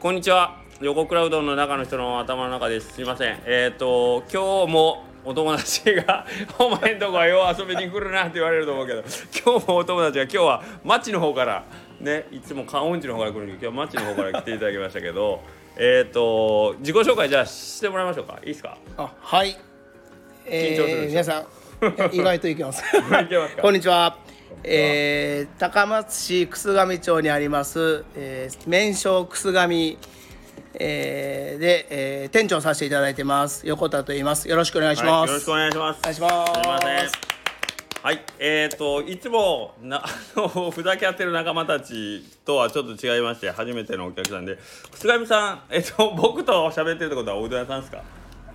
こんにちは横クラウドの中の人の頭の中ですすいませんえっ、と今日もお友達が お前んとこはよう遊びに来るなって言われると思うけど今日もお友達が今日は町の方からねいつも観音寺の方から来るのに今日は町の方から来ていただきましたけど えっと自己紹介じゃあしてもらいましょうかいいですかあはい、え緊張するでしょ皆さん 意外といけますいけますかこんにちは、えー、高松市楠上町にあります、えー、麺匠楠上、えー、で、えー、店長させていただいてます横田と言いますよろしくお願いしはまい、よろしす、くお願いします。お願いしますすいません。はい、えっ、ー、と、いつも、な、 あの、ふざけ合ってる仲間たちとはちょっと違いまして、初めてのお客さんで。楠上さん、えっ、と、 僕と喋ってるってことは、小田さんですか。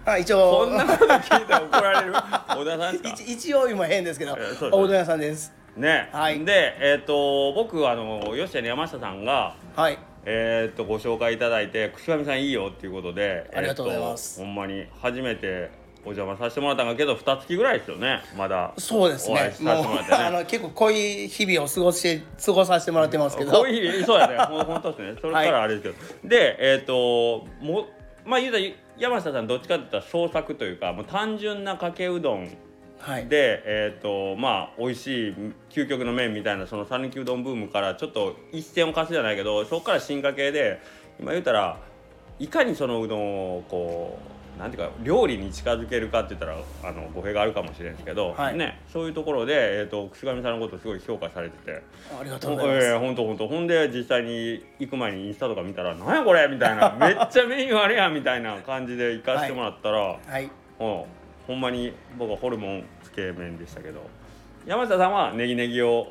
あ一こ応んなこと聞いたら怒ら れる。小田さんですか。一一応今変ですけどえそうです大戸屋さんですね、はいで、えっ、と、僕、あの、吉谷の山下さんが。はいえー、っとご紹介いただいて串上さんいいよっていうことでありがとうございますえーっとほんまに初めてお邪魔させてもらったんだけど2月ぐらいですよねまだそうですお会いねさせてもうもらっ てあねの結構濃い日々を過ごして過ごさせてもらってますけどこういう意味そうやねほんほんと ですねそれからあれですけど、でえーっともうまあ言うたら山下さんどっちかって言ったら創作というかもう単純なかけうどんはいでえーっとまあ美味しい究極の麺みたいなその讃岐うどんブームからちょっと一線を貸すじゃないけどそこから進化系で今言うたらいかにそのうどんをこうなんていうか料理に近づけるかって言ったらあの語弊があるかもしれないですけど、はいね、そういうところで、えー、と串上さんのことすごい評価されてて。ありがとうございます、ええ本当本当ほんで実際に行く前にインスタとか見たら「なんやこれ!」みたいな「めっちゃメニューあれやん」みたいな感じで行かしてもらったら、はいうんほんまに僕はホルモンつけ麺でしたけど山下さんはネギネギを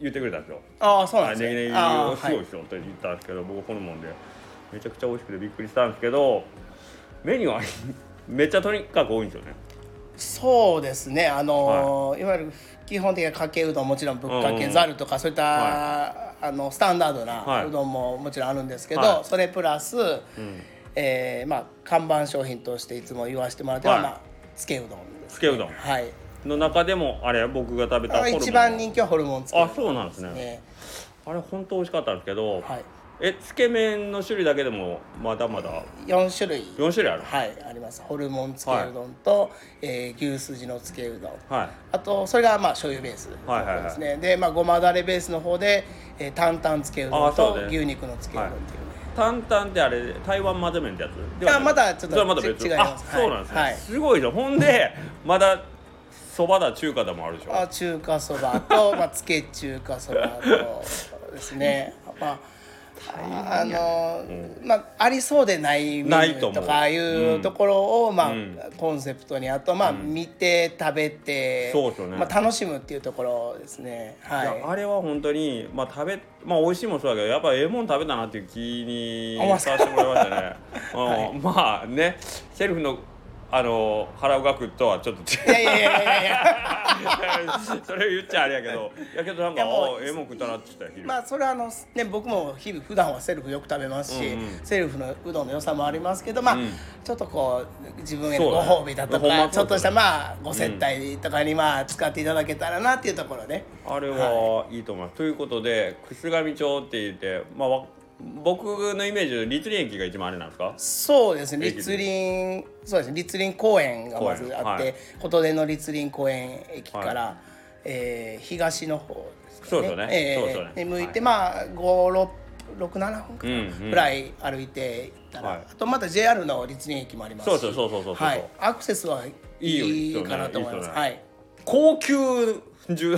言ってくれたんですよああそうなんあですネギネギあをすーごいはいですよって言ったんですけど、僕ホルモンでめちゃくちゃ美味しくてびっくりしたんですけどメニューは めっちゃとにかく多いんですよねそうですねあのーい、わゆる基本的なかけうどんもちろんぶっかうんうけんざるとかそういった、はあのスタンダードはいなうどんももちろんあるんですけど、はいそれプラス、んえーまあ、看板商品としていつも言わせてもらってるのは、はいまあ、つけうどんですつけうどんはいの中でもあれ僕が食べたホルモン一番人気はホルモンつけうどんあそうなんですねねあれ本当美味しかったんですけはど、い、えつけ麺の種類だけでもまだまだ4種類4種類あるはいありますホルモンつけうどんと、えー牛すじのつけうどんはいあとそれがまあ醤油ベースのはいはいはい方ですね、でまあごまだれベースの方で、えー、担々つけうどあんそうとね牛肉のつけうどんっていうね、担々ってあれ台湾混ぜ麺ってやつではないあまたちょっとそれはまた別ち違いますあそうなんですね、はいすごいじゃんほんでまだそばだ中華だもあるでしょあ中華そば とまあつけ中華そばとですねまああのまあありそうでないメニないュとー思うとかいうところをまあんコンセプトにあとまあ見て食べてそうですよねまあ楽しむっていうところですねはいやいあれは本当にまあ食べまあ美味しいもそうだけどやっぱええもん食べたなっていう気に思いますさせてもらいま したね、うんまあねシェルフのあの払う額とはちょっと違う いやいやいやいやいやそれ言っちゃあれやけどやけどなんいかやもうあええもん食ったなって言ってたよ昼まあそれはあの、ね、僕も日々普段はセルフよく食べますし、うんセルフのうどんの良さもありますけど、まあうんちょっとこう自分へのそうごだね褒美だとほんまか、ちそうょっとしたまあご接待とかにまあ使っていただけたらなっていうところで、あれはいいと思います。ということで楠上町って言って、まあ、わ僕のイメージで立林駅が一番あれなんですかそうですね駅で立林そうですね立林公園がまずあっ公園はて、い琴出の立林公園駅から、はえー東の方ですかねそうですよねえーそうですよねに向いて、まあ56 6 7分かうんなうんぐらい歩いていったら、はいあとまた JR の立林駅もありますしそうそうそうそうそうそうはい、アクセスはいいよいいかなと思いますいいよねはい高級住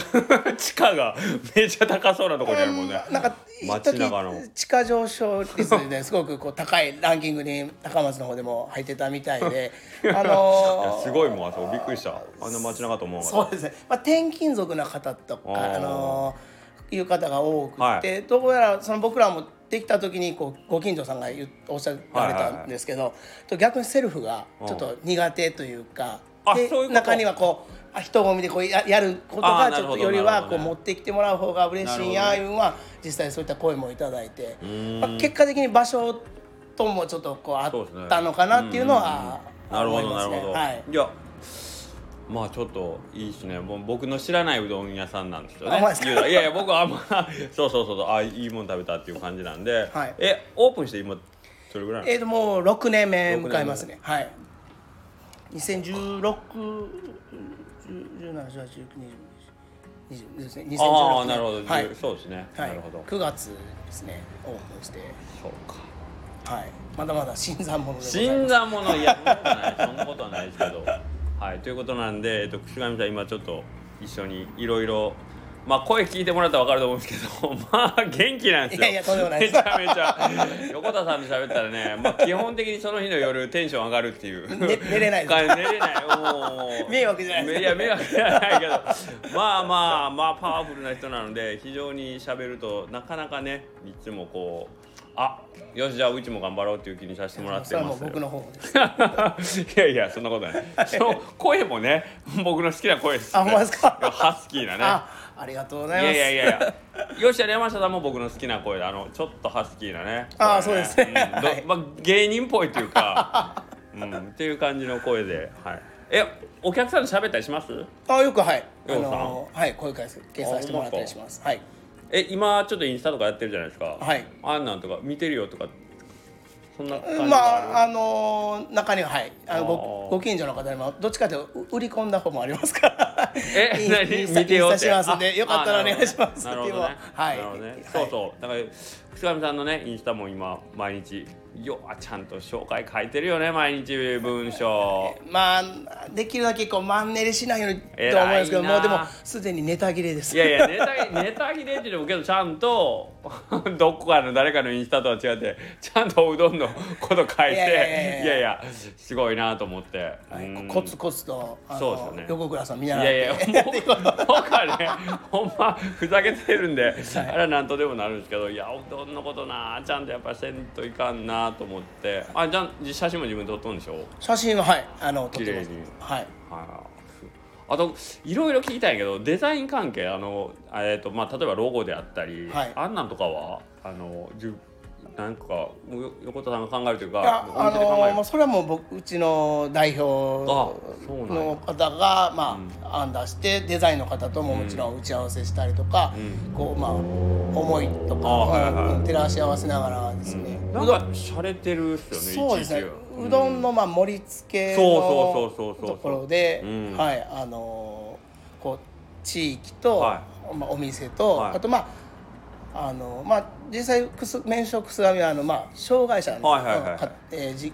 地価が めっちゃ高そうなところにあるもんね。なんか街中の一時地価上昇率ですごくこう高いランキングに高松の方でも入ってたみたいであいやのーすごいもんあそこびっくりしたあんな街中と思わなかそっうですね、まあ、転勤族の方とかあーあのいう方が多くて、はいどうやらその僕らもできた時にこうご近所さんが言うおっしゃられはいはいはたいんですけど、と逆にセルフがうんちょっと苦手というか、あでそういうこと中にはこうあ人混みでこうややることあがーなちるょほっどとよりなるはほこどうね持ってきてもらう方が嬉しいんやなるほどねいうのは実際そういった声もいただいてうーん、まあ、結果的に場所ともちょっとこうあそうですねったのかなっていうのはた。なるほ思いどまなするねほど。はい、やまあちょっといいですね。もう僕の知らないうどん屋さんなんですよあねほんまです。か言うたらいやいや僕はあんまそうそうそうそうあいいもん食べたっていう感じなんで。はいえオープンして今それぐらいえー、ともう6年目六年目迎えますねはい201617181920ですねあ2016あなるほど、はい、そうですね、はいなるほど9月ですねオープンしてそうかはいまだまだ新参者でございます新参者いやそんなことはないそんなことはないですけど はいということなんで、えっと、串上さん今ちょっと一緒にいろいろまあ声聞いてもらったら分かると思うんですけど まあ元気なんですいやよいやとんでもないでめすちゃめちゃ横田さんと喋ったらね、まあ、基本的にその日の夜テンション上がるっていう、ね寝れないですか寝れないも う迷惑じゃないですかいや迷惑じゃないけどまあまあまあパワフルな人なので非常に喋るとなかなかねいつもこうあよしじゃあうちも頑張ろうっていう気にさせてもらっそてれはまもうす僕の方です いやいやそんなことないそう声もね僕の好きな声です、ね、あほんまですかいやハスキーなねあありがとうございいまやすいやいやいや吉田山下さんも僕の好きな声であのちょっとハスキーなねあー声そうですねんどはいまあ、芸人っぽいというか、うん、っていう感じの声で、はい、えお客さんと喋ったりしますあよくはいあようさんのはい声かけさせてもらったりしますはいえ今ちょっとインスタとかやってるじゃないですかはいあんなんとか見てるよとかそんな感じまがあああの中にははいあのあーごご近所の方にもどっちかというとう売り込んだ方もありますからえイン何インスタ見てよってインスタしますんあでよかったらあお願いしますなるってほどねいうのははいなるほどねはそいうそうだから福上さんのねインスタも今毎日よあちゃんと紹介書いてるよね毎日文章まあできるだけこうマンネリしないようにと思うんですけど偉いなもうでもすでにネタ切れですいやいやネ タネタ切れっていうのもけどちゃんと どこかの誰かのインスタとは違ってちゃんとうどんのこと書いていいややいいややいやいやいやすごいなと思って、はいうんコツコツとあのそうですよね横倉さん見い習ってやいや、僕はね、ほんまふざけてるんで、あれはなんとでもなるんですけど、いや、うどんのことな、ちゃんとやっぱせんといかんなと思って、あ、じゃあ、写真も自分で撮っとんでしょ写真ははいあの撮ってます綺麗にはいああといろいろ聞きたいけどデザイン関係あの、えーとまあ、例えばロゴであったり、はいあんなんとかはあのじゅなんかよ横田さんが考えるといういやかおあ店で考えのるもうそれはもう僕うちの代表そうなんやの方がまあ案出してデザインの方とももちろん打ち合わせしたりとか、こうまあ思いとか、あはいはいはいうん照らし合わせながらですね、なんか洒落てるっすよねそうですねいちいちうどんのまあ盛り付けのそうそうそうそうそうところで、うんはいあのーこう地域と、はまあ、お店と、はいあとまああのまあ実際くす麺食すがみはあのまあ障害者の、はいはいはいはいかえーじ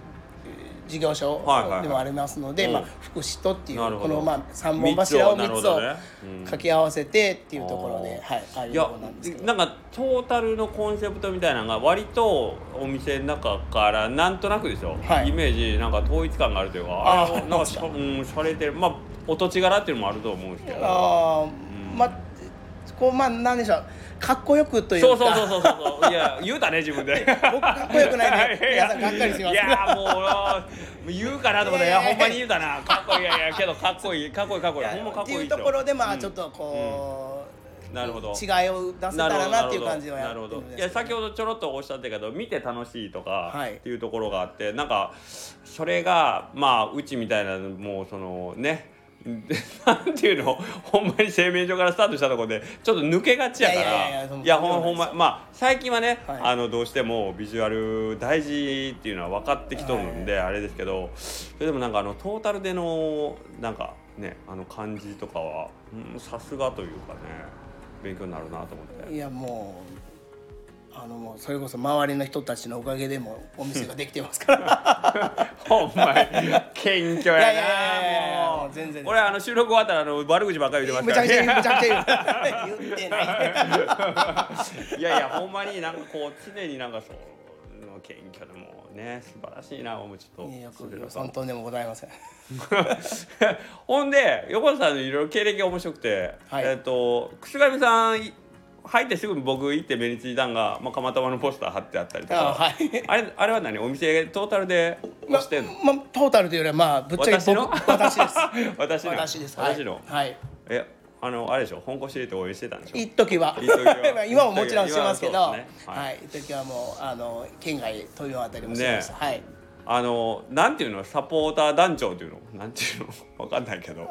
事業所はいはいはいでもありますので、うんまあ、福祉とっていうなるほこどの、まあ、三本柱を三つを3なるほつどをねうん掛け合わせてっていうところで、はい、ああいいうもやのなんですけど。なんかトータルのコンセプトみたいなのが割とお店の中からなんとなくでしょ、はいイメージなんか統一感があるというかああれなんかしゃうん洒落てるまあお土地柄っていうのもあると思うんですけどあーまこうまあなんでしょうかっこよくというかそうそうそうそうそういや言うたね自分で僕かっこよくないんで皆さんがっかりしますいやもうもう言うかなと思って、いやいやいやほんまに言うたなかっこいいいやいやけどかっこいいかっこいいかっこいいいほんまかやっっこていいいうでしょところでまあちょっとこう、なるほど違いを出せたらなっていう感じはやなっるてほるどんいでやすけど先ほどちょろっとおっしゃったけど見て楽しいとかはいっていうところがあって、なんかそれがまあうちみたいなもうそのね なんていうのほんまに製麺所からスタートしたところでちょっと抜けがちやからいやいやいやいやいやほんほんままあ最近はね、はいあのどうしてもビジュアル大事っていうのは分かってきとるんで、あれですけどそれでもなんかあのトータルでのなんかねあの感じとかはうんさすがというかね勉強になるなと思っていやもうあのもうそれこそ周りの人たちのおかげでもお店ができてますから ほんまに謙虚やなやいいやいやいやもう全然俺あの収録終わったらあの悪口ばっかり言ってむまちすゃかくちらゃ言うむちねゃくちゃ 言う言ってないいやいやほんまになんかこう常になんかそうの謙虚でもうね素晴らしいなもうちょっいやよとそれくだと本当でもございません ほんで横田さんのいろいろ経歴が面白くて、はいえっ、と串上さんい入ってすぐ僕行って目についたんが、まあ、釜玉のポスター貼ってあったりとかあはいあれあれは何お店トータルでま押してんの、まトータルというよりはまあぶっちゃけ私の僕私です 私の私です私のはい、はいえあのあれでしょ香港知りて応援してたんでしょ一時は一時はまあ 今ももちろんしてますけ今はどそうですねはいはい一時はもうあの県外東洋あたりもしてましたはいあのなんていうのサポーター団長っていうのなんていうの わかんないけど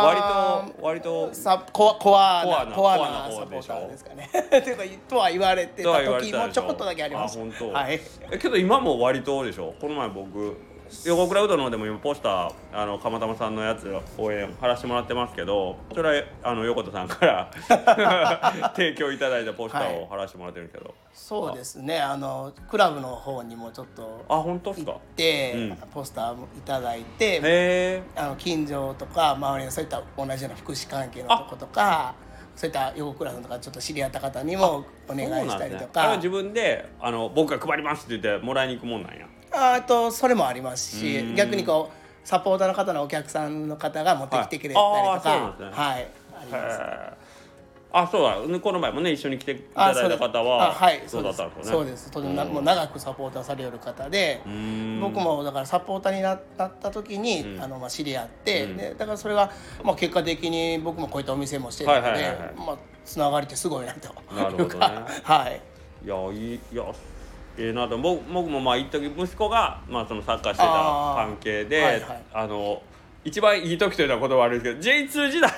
あ割と割とサコアコアコアななコアコアなな方サポでーしタょーですかね。 というかとは言われてとはた言われ時てたもでしちょこっとだけありました。あ本当はい。えけど今も割とでしょこの前僕横倉うどんの方でも今ポスターあの釜玉さんのやつの応援貼らせてもらってますけどそれはあの横田さんから 提供いただいたポスターを貼らせてもらってるけど、そうですね。あのクラブの方にもちょっとあ本当ですかへでうんポスターもいただいて、えあの近所とか周りのそういった同じような福祉関係のとことか、そういった横倉さんとかちょっと知り合った方にもお願いしたりとあれはか。自分であの僕が配りますって言ってもらいに行くもんなんやああとそれもありますし、うん逆にこうサポーターの方のお客さんの方が持ってきてくれたりとか、はいあーそうなんですはねい、あります。へえあそうだこの前もね一緒に来ていただいた方あははい、そうだったんですそうよねです。とてもなもう長くサポーターされる方で、僕もだからサポーターにななった時に、あのまあ知り合って、でだからそれがまあ結果的に僕もこういったお店もしてるので、はいはいはいはいまあつながりってすごいなとなるほどねいうか、はい。いやいいいやええなと僕僕もまあ一時息子が、まあ、そのサッカーしてたあー関係であ,、はいはいの一番いい時というのは言葉悪いですけど J2 時代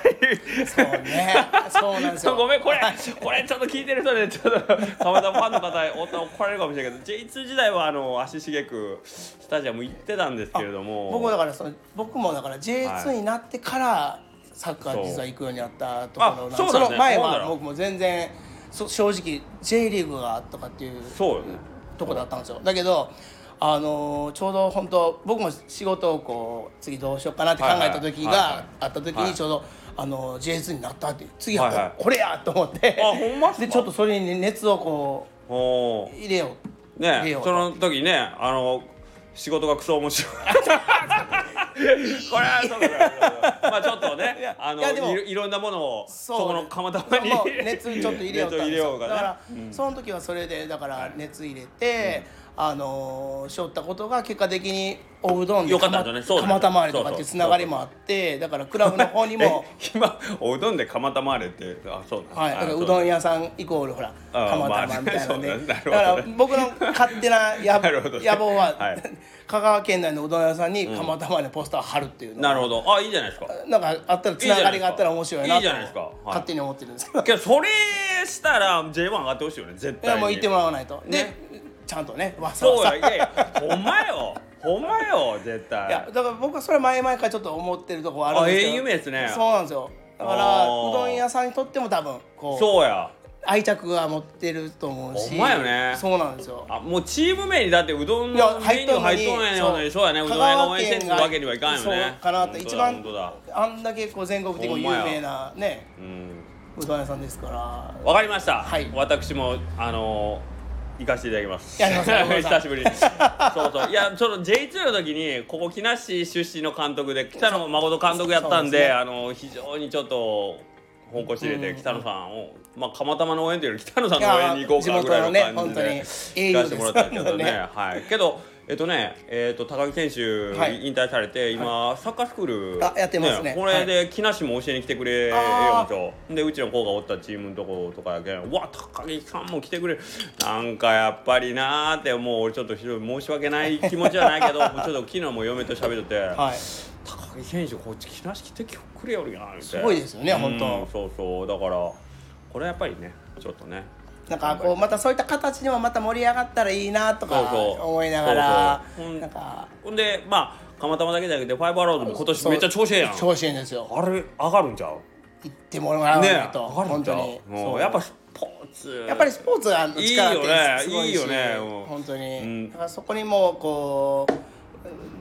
そうね。 そうなんですよ。 ごめんこれこれちょっと聞いてる人でちょっと鎌田ファンの方おった怒られるかもしれないけど J2 時代はあの足しげくスタジアム行ってたんですけれども僕もだからその僕もだからは J2 いになってからサッカー実は行くようになったところなんでそうあそうそなんだの前そうなんだは僕も全然そ正直 J リーグがとかっていうそうよねとこだったんですよだけどあのーちょうど本当僕も仕事をこう次どうしようかなって考えた時はいはいはいはいがあった時はいにちょうどあのー J2 になったっていう次はいはいはおこれやと思ってあほんまっすかでちょっとそれに熱をこおーう入れよう入れねようそとの時ねあの仕事がクソ面白い これはそうだまあちょっとねあのいやでもいろいろんなものをそそうこの釜玉にもう熱ちょっと入れよう熱を入れようだがかねら、その時はそれでだから熱入れて、あのーしょったことが結果的におうどんでよかったんだねそうだねまたまわりとかっていうそうそうつながりもあってだからクラブの方にも え今おうどんで釜玉あれってあそうなんだはい、だあからそうどん屋さんイコールほらあーたまたまあまみたいなんで、そうだねなるほだどねから僕の勝手なや なるほどね野望は、はい香川県内のうどん屋さんにかまたまのポスター貼るっていうのなるほどあいいじゃないですかなんかあったらつながりがあったら面白いいないじゃないですかいいじゃないですかはい勝手に思ってるんですけどけどそれしたら J1 上がってほしいよね絶いや対にもう行ってもらわないと、ねね、ちゃんとねわさそうわやさいやいやほんまよほんまよ絶対いやだから僕はそれは前々からちょっと思ってるとこはあるんですけあええど夢ですねそうなんですよだからあうーどん屋さんにとっても多分こうそうや愛着が持ってると思うしほんまよねそうなんですよあもうチーム名にだってうどんいやのメニュー入っとんやねそんそうやねうどん屋が応援してるわけにはいかんよ香川県ねがそうかなって本当一だ番本当だあんだけこう全国的に有名なねうんうどん屋さんですからわかりました、はい私もあのー行かせていただきますやりますやります 久しぶりにそうそういやちょっと J2 の時にここ木梨出身の監督で北野誠監督やったそんでうですねあのー非常にちょっと本腰入れて北野さんを、まあ蒲玉の応援というより北野さんの応援に行こうかぐらいの感じで、いや地元行かせてものらっ ねた本当んですけどに営業ですねからはいけどえっとね、えっと高木選手はい引退されて、今サッカースクールあやってますねこれで木梨も教えに来てくれよあーとでうちの子がおったチームのとことかやけんうわ高木さんも来てくれるなんかやっぱりなーってもう俺ちょっとひどい申し訳ない気持ちはない けどもうちょっと昨日も嫁と喋っとって、はい高木選手こっち木梨来てくれよりなみたいなすごいですよね本当そうそうだからこれやっぱりねちょっとねなんかこうまたそういった形にもまた盛り上がったらいいなとかそうそう思いながらそうそううんなんかほんでまあ釜玉だけじゃなくてファイブアロードも今年めっちゃ調子ええやん調子いいんですよあれ上がるんちゃう行ってもらわねないと、上がるん本ちゃ当うにもそうやっぱスポーツやっぱりスポーツが力いいっよねてすごいしいいよねもう本当に、うんだからそこにもうこう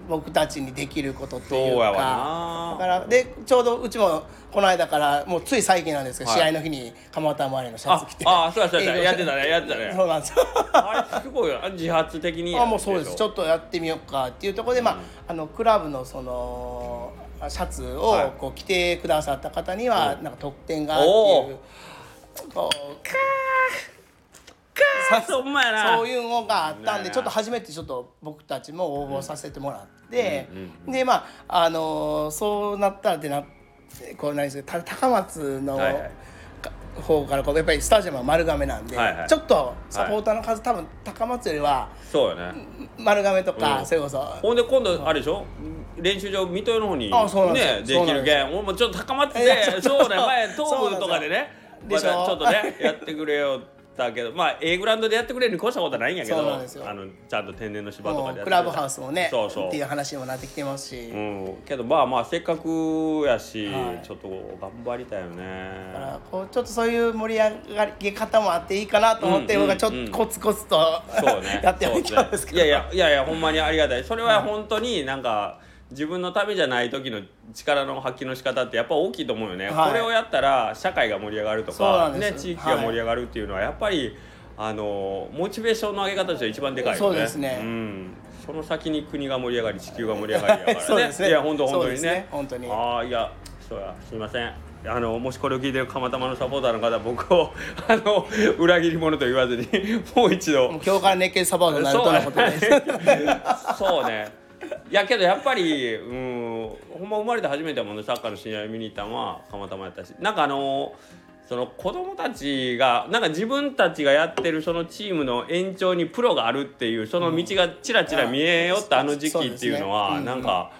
僕たちにできることっていうそうやわなかだからでちょうどうちもこの間からもうつい最近なんですけど、はい試合の日に蒲田周りのシャあツ着てあそうやそうやそうややって営業たねやってたしてねそうなんですよあれすごいよ自発的にあもうそうですちょっっとやってみようかっていうところで、まあ、あのクラブのそのあシャツはいをこう着てくださった方には、なんか特典がっておいーうこうと そうまやなそういうのがあったんねでちょっと初めてちょっと僕たちも応募させてもらって、でまあ、あのーそうなったらってなってこうなんですけどた高松の、はいはいか方からこうやっぱりスタジアムは丸亀なんで、はいはいちょっとサポーターの数、多分高松よりはそうよね丸亀とか、うんそれこそほんで今度あれでしょ練習場水戸の方にあそうなんですよねでそうきなんるですけん俺もちょっと高まっていやちょてっとそうね前そうなんですよ東部とかでねでましょたちょっとねやってくれよったけどまあ A グラウンドでやってくれるに越したことはないんやけどそうなんですよあのちゃんと天然の芝ともかうでやってくれたクラブハウスもねそうそうっていう話にもなってきてますし、うん、けどまあまあせっかくやし、はいちょっと頑張りたいよねだからこうちょっとそういう盛り上がり方もあっていいかなと思って、うんうん僕はちょっとコツコツと、そうね やってはいたんですけど、そうねいやいやいやいやほんまにありがたいそれは本当になんか自分のためじゃない時の力の発揮の仕方ってやっぱ大きいと思うよね、はいこれをやったら社会が盛り上がるとそうなか、んですね、地域が盛り上がるっていうのはやっぱり、あのモチベーションの上げ方として一番でかいよねそうですねうん、その先に国が盛り上がり地球が盛り上がりやから ねそうですねいや本当本当そうでにすねね本当にああいやそうやすいませんあのもしこれを聞いてる釜玉のサポーターの方僕をあの裏切り者と言わずにもう一度もう今日から熱血サポーターになるとのことです。 そうね。いやけどやっぱり、うん、ほんま生まれて初めてやもんね、サッカーの試合見に行ったのは、たまたまやったし、なんかあのその子供たちがなんか自分たちがやってるそのチームの延長にプロがあるっていうその道がちらちら見えよったあの時期っていうのはうんなんか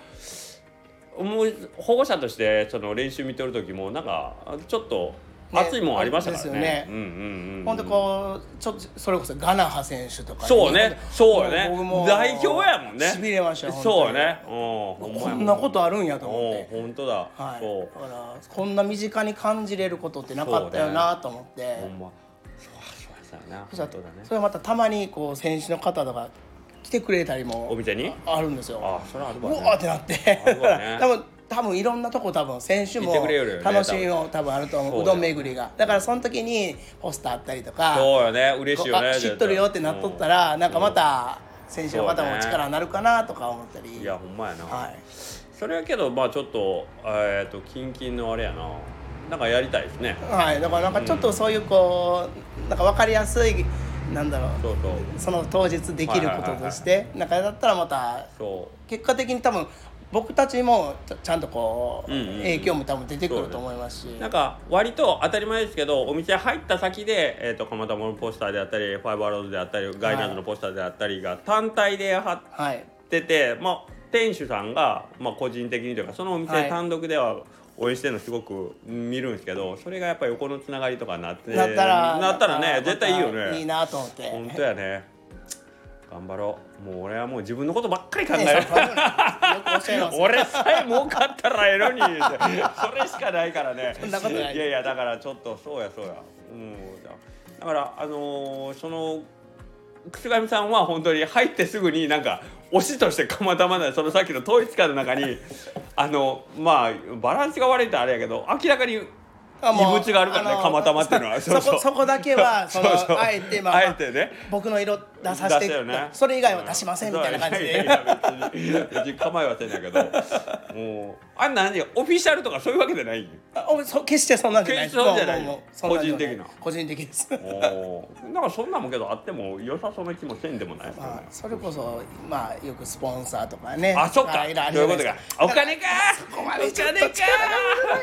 もう保護者としてその練習見てる時もなんかちょっと熱いもんありましたからね。ねうんうんうん、 本当こうちょっとそれこそガナハ選手とかそうねそうよね僕も代表やもんねしびれましたよそうよねうん本当にこんなことあるんやと思っおて本当だ、はいそだからこんな身近に感じれることってなかったよなと思ってうほんまそうそうやなそ本当だねそれまたたまにこう選手の方とか来てくれたりもお店にあるんですよあそれはあるうわ、ね、わーってなって、あるわね 多分多分いろんなとこ多分選手も行ってくれよるよね楽しいの多分あるとそう思うだうどん巡りがだからその時にポスターあったりとかそうよね嬉しいよねあ知っとるよってなっとったらなんかまた選手の方も力になるかなとか思ったり、いやほんまやな、はい、それやけどまあちょっとえっ、とキンキンのあれやななんかやりたいですねはい、だからなんかちょっとそういうこうなんか分かりやすいなんだろうそうそうその当日できることとしてなんかだったらまたそ結果的に多分僕たちもちゃちゃんとこううんうんうん影響も多分出てくると思いますし、うなんか割と当たり前ですけどお店入った先で、えー、と蒲田ものポスターであったりファイバーロードであったりガイナーズのポスターであったりが単体で貼っはいってて、まあ、店主さんが、まあ、個人的にというかそのおは店い単独では応援してるのすごく見るんですけどそれがやっぱり横のつながりとかになってなったらなったまらねた絶対いいよねいいなと思って本当やね頑張ろうもう俺はもう自分のことばっかり考ねえるそうそうよくおっしゃいます 俺さえ儲かったらええのに それしかないからねそんなことないやいやだからちょっとそうやそうやうんだだからあのーその楠上さんは本当に入ってすぐになんか推しとしてかまたまないそのさっきの統一感の 中にあのまあバランスが悪いってあれやけど明らかにあもう異物があるからねの釜玉っていうのはそそうそうこそこだけはその そうそうあえてまああえてね僕の色出させ出せて、よねそれ以外は出しませんみたいな感じやいでやいや別に別に構いはせんだけどもうあんな何オフィシャルとかそういうわけじゃないんよあおそ決してそんなんじゃないです決してそうじゃないもうもうもうそんなんじゃい個人的な個人的ですおーなんかそんなんもけどあっても良さそうな気もせんでもないですよねまあ、それこそまあよくスポンサーとかねあそっかまあろろあるそういじゃなうことでかすお金かこまでおちょっと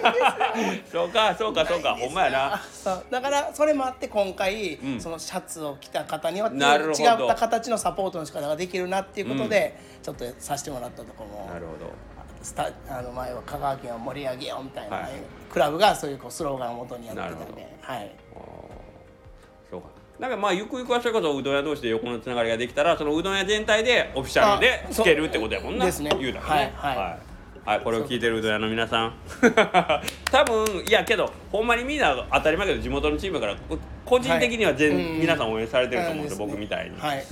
金か そうかそうかそうかほんまやなそうだからそれもあって今回、んそのシャツを着た方にはなる違ほどった形のサポートの仕方ができるなっていうことで、ちょっとさせてもらったとこもなるほどスタあの前は香川県を盛り上げようみたいな、はいクラブがそういうこうスローガンを元にやってたんなるほどで、はい、そうかなんかまあゆくゆくはそれこそうどん屋同士で横のつながりができたらそのうどん屋全体でオフィシャルでつけるってことやもんなあそうですね言うたらねはいはいはいこれを聞いてるうどん屋の皆さん 多分いやけどほんまにみんな当たり前やけど地元のチームだから個人的には全、はいうん皆さん応援されてると思うんですそうよ、ですね僕みたいに、はい、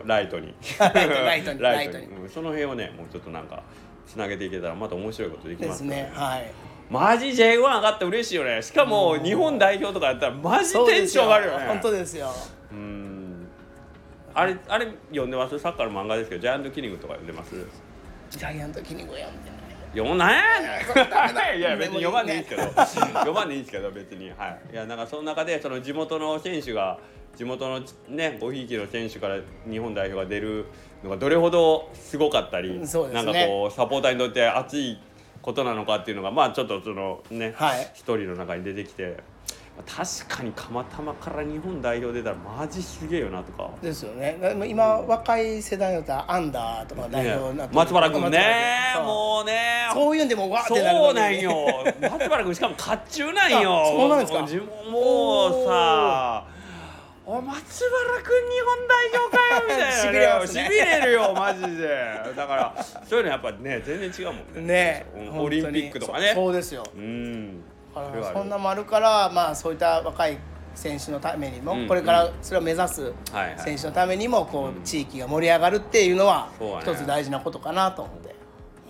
うん、ライトにライトにライトに ライトライにトうんその辺をねもうちょっとなんかつなげていけたらまた面白いことできでますすからねはいマジ J1 上がって嬉しいよねしかも日本代表とかやったらマジテンション上がるそうでよねす本当ですようーんあれあれ読んでますサッカーの漫画ですけどジャイアントキリングとか読んでますジャイアントキリングやみたいな読んないやねそうダメだんいや別にで読も まいいんでいいねですけど 読まんでいいですけど別にはいいやなんかその中でその地元の選手が地元のねごひいきの選手から日本代表が出るのがどれほどすごかったり、そうですなねんかこうサポーターにとって熱いことなのかっていうのがまあちょっとそのねはい一人の中に出てきて確かに釜玉から日本代表出たらマジすげえよなとか。ですよねな今若い世代だったらアンダーとか代表になってる、松原君ね松原君そうもうねそういうんでもうわーっそてなるのうになんよ松原君しかも甲冑なんよあそうなんですか自分もうさお松原君日本代表かよみたいなしびれますねしびれるよマジでだからそういうのやっぱね全然違うもんねうんオリンピックとか本ね当にそうそうですようんだかれはらあるそんなもあるからまあそういった若い選手のためにも、うんこれからそれを目指すはいはい選手のためにもこう、地域が盛り上がるっていうのはそうやね一つ大事なことかなと思って。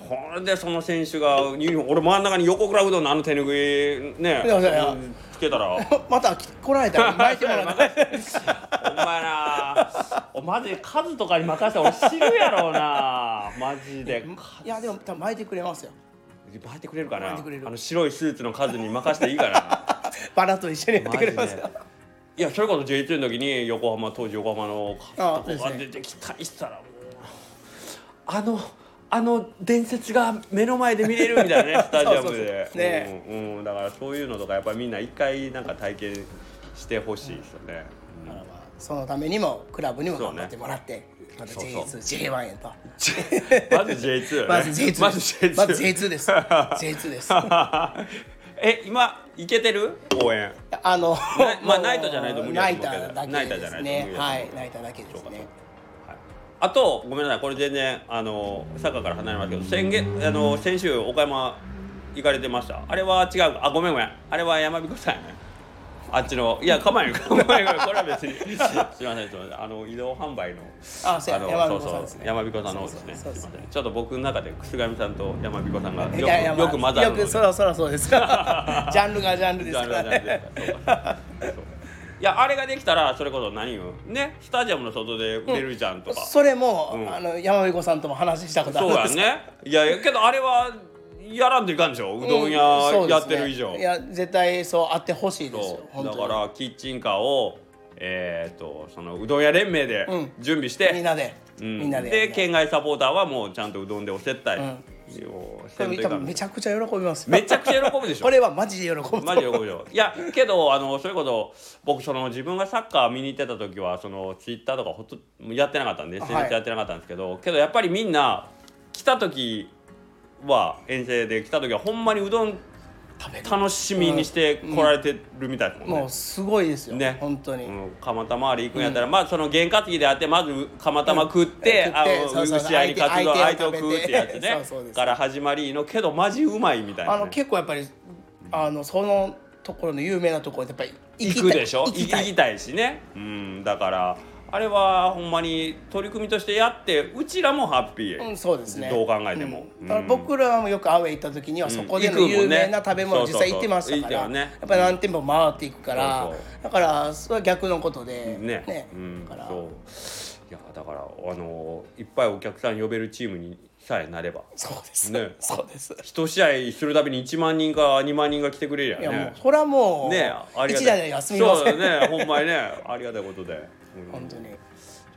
ほんでその選手がユニフォーム俺真ん中に横倉うどんのあの手ぬぐいねいやいやいやつけたらまた来来られ たら巻いてもらったお前なおマジで数とかに任せたら俺知るやろうなマジでいやでも多分巻いてくれますよ 巻いてくれるかな巻いてくれるあの白いスーツの数に任せていい かなバラと一緒にやってマくジれでますよいやそれこそ J2 の時に横浜当時横浜のあとこそうがですね出てきたりしたらもうあのあの伝説が目の前で見れるみた いなねスタジアムでそうそうそうねうんうんだからそういうのとかやっぱりみんな一回なんか体験してほしいですよ ね、うんまあそのためにもクラブにもそうね頑張ってもらって、またそうそう J2J1 へとまず J2 よねまず J2 まず J2 まず J2 です J2 です え今いけてる応援あのなまもあうナイターじゃないと無理ナだとイタ思うけどーだナイタけーじですゃないと無理だとね思うはいナイターだけですねはいあとごめんなさいこれ全然あのサッカーから離れますけど先月あの先週岡山行かれてましたあれは違うあごめんごめんあれは山彦さんやねあっちのいや構えん構えんこれは別 にすいませんすいませんあの移動販売のあそうやの山彦さんですね山彦さんの方ですねそうそうそうすいませんちょっと僕の中で楠上さんと山彦さんがいやいよやくまあよく混ざるのでよくそろそろそう ですジャンルがジャンルですからねいやあれができたらそれこそ何よねスタジアムの外で売れるじゃんとか、それも、うんあの山彦さんとも話したことあるそんうですやけどねいやいやけどあれはやらんといかんでしょうどんそ屋うでやすっねてる以上、いや絶対そうあってほしいですよそう本だ当にからキッチンカーをえー、とそのうどん屋連盟でうん準備しみんて、なで、うんみんなでで県外サポーターはもうちゃんとうどんでお接待をせ多んといかん分めちゃくちゃ喜びますめちゃくちゃ喜ぶでしょこれはマジで喜ぶマジで喜ぶよいやけどあのそれこそ僕その自分がサッカー見に行ってた時はそのツイッターとかほとやってなかったんではい SNS やってなかったんですけど、けどやっぱりみんな来た時は遠征で来た時はほんまにうどん食べる楽しみにして来られてるみたいですもんもうね。すごいですよ、ね、本当に、うん、蒲田周り行くんやったら、まあその験担ぎであってまず釜玉食って、うんあ食ってそうそうの試合に勝つぞ相相手手をを食食うべっててやつねそうそうですから始まりのけどマジうまいみたいな、あね、の結構やっぱりあのそのところの有名なところでやっぱり行くでしょ行行ききた行いきたいしねうんだからあれはほんまに取り組みとしてやってうちらもハッピー、うん、そうですねどう考えても、うんだから僕らもよくアウェイ行った時にはそこでのうん行くも有んね名な食べ物実際行ってましたから、そうそうそう行やってたよねっぱり何店舗も回っていくから、そうだからそれは逆のことでねねうん、だからそういやだからあのいっぱいお客さん呼べるチームにさえなればそうです、ねそうです一試合するたびに1万人か2万人が来てくれるいややもう、ねそれはもう、ねありがたい一台で休みません、そうねほんまにねありがたいことで、うん本当にち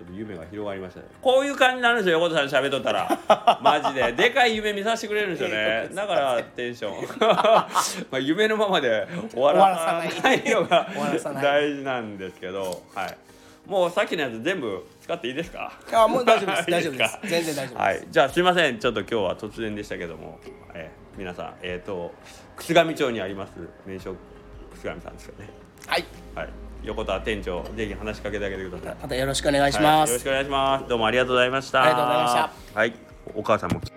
ょっと夢が広がりましたね。こういう感じになるんですよ、横田さん喋っとっ たら。マジで。でかい夢見させてくれるんですよね。だからテンショ ン。まあ夢のままで終わらないのが終わらさない大事なんですけど、はい。もうさっきのやつ全部使っていいですかあもう大丈夫です いい大丈夫ですか全然大丈夫です、はい、じゃあすいませんちょっと今日は突然でしたけども、えー皆さんえっ、と楠上町にあります名所楠上さんですよねはいはい横田店長ぜひ話しかけてあげてくださいまたよろしくお願いしまはい、よろしすくお願いしますどうもありがとうございましたありがとうございましたはいお母さんも来て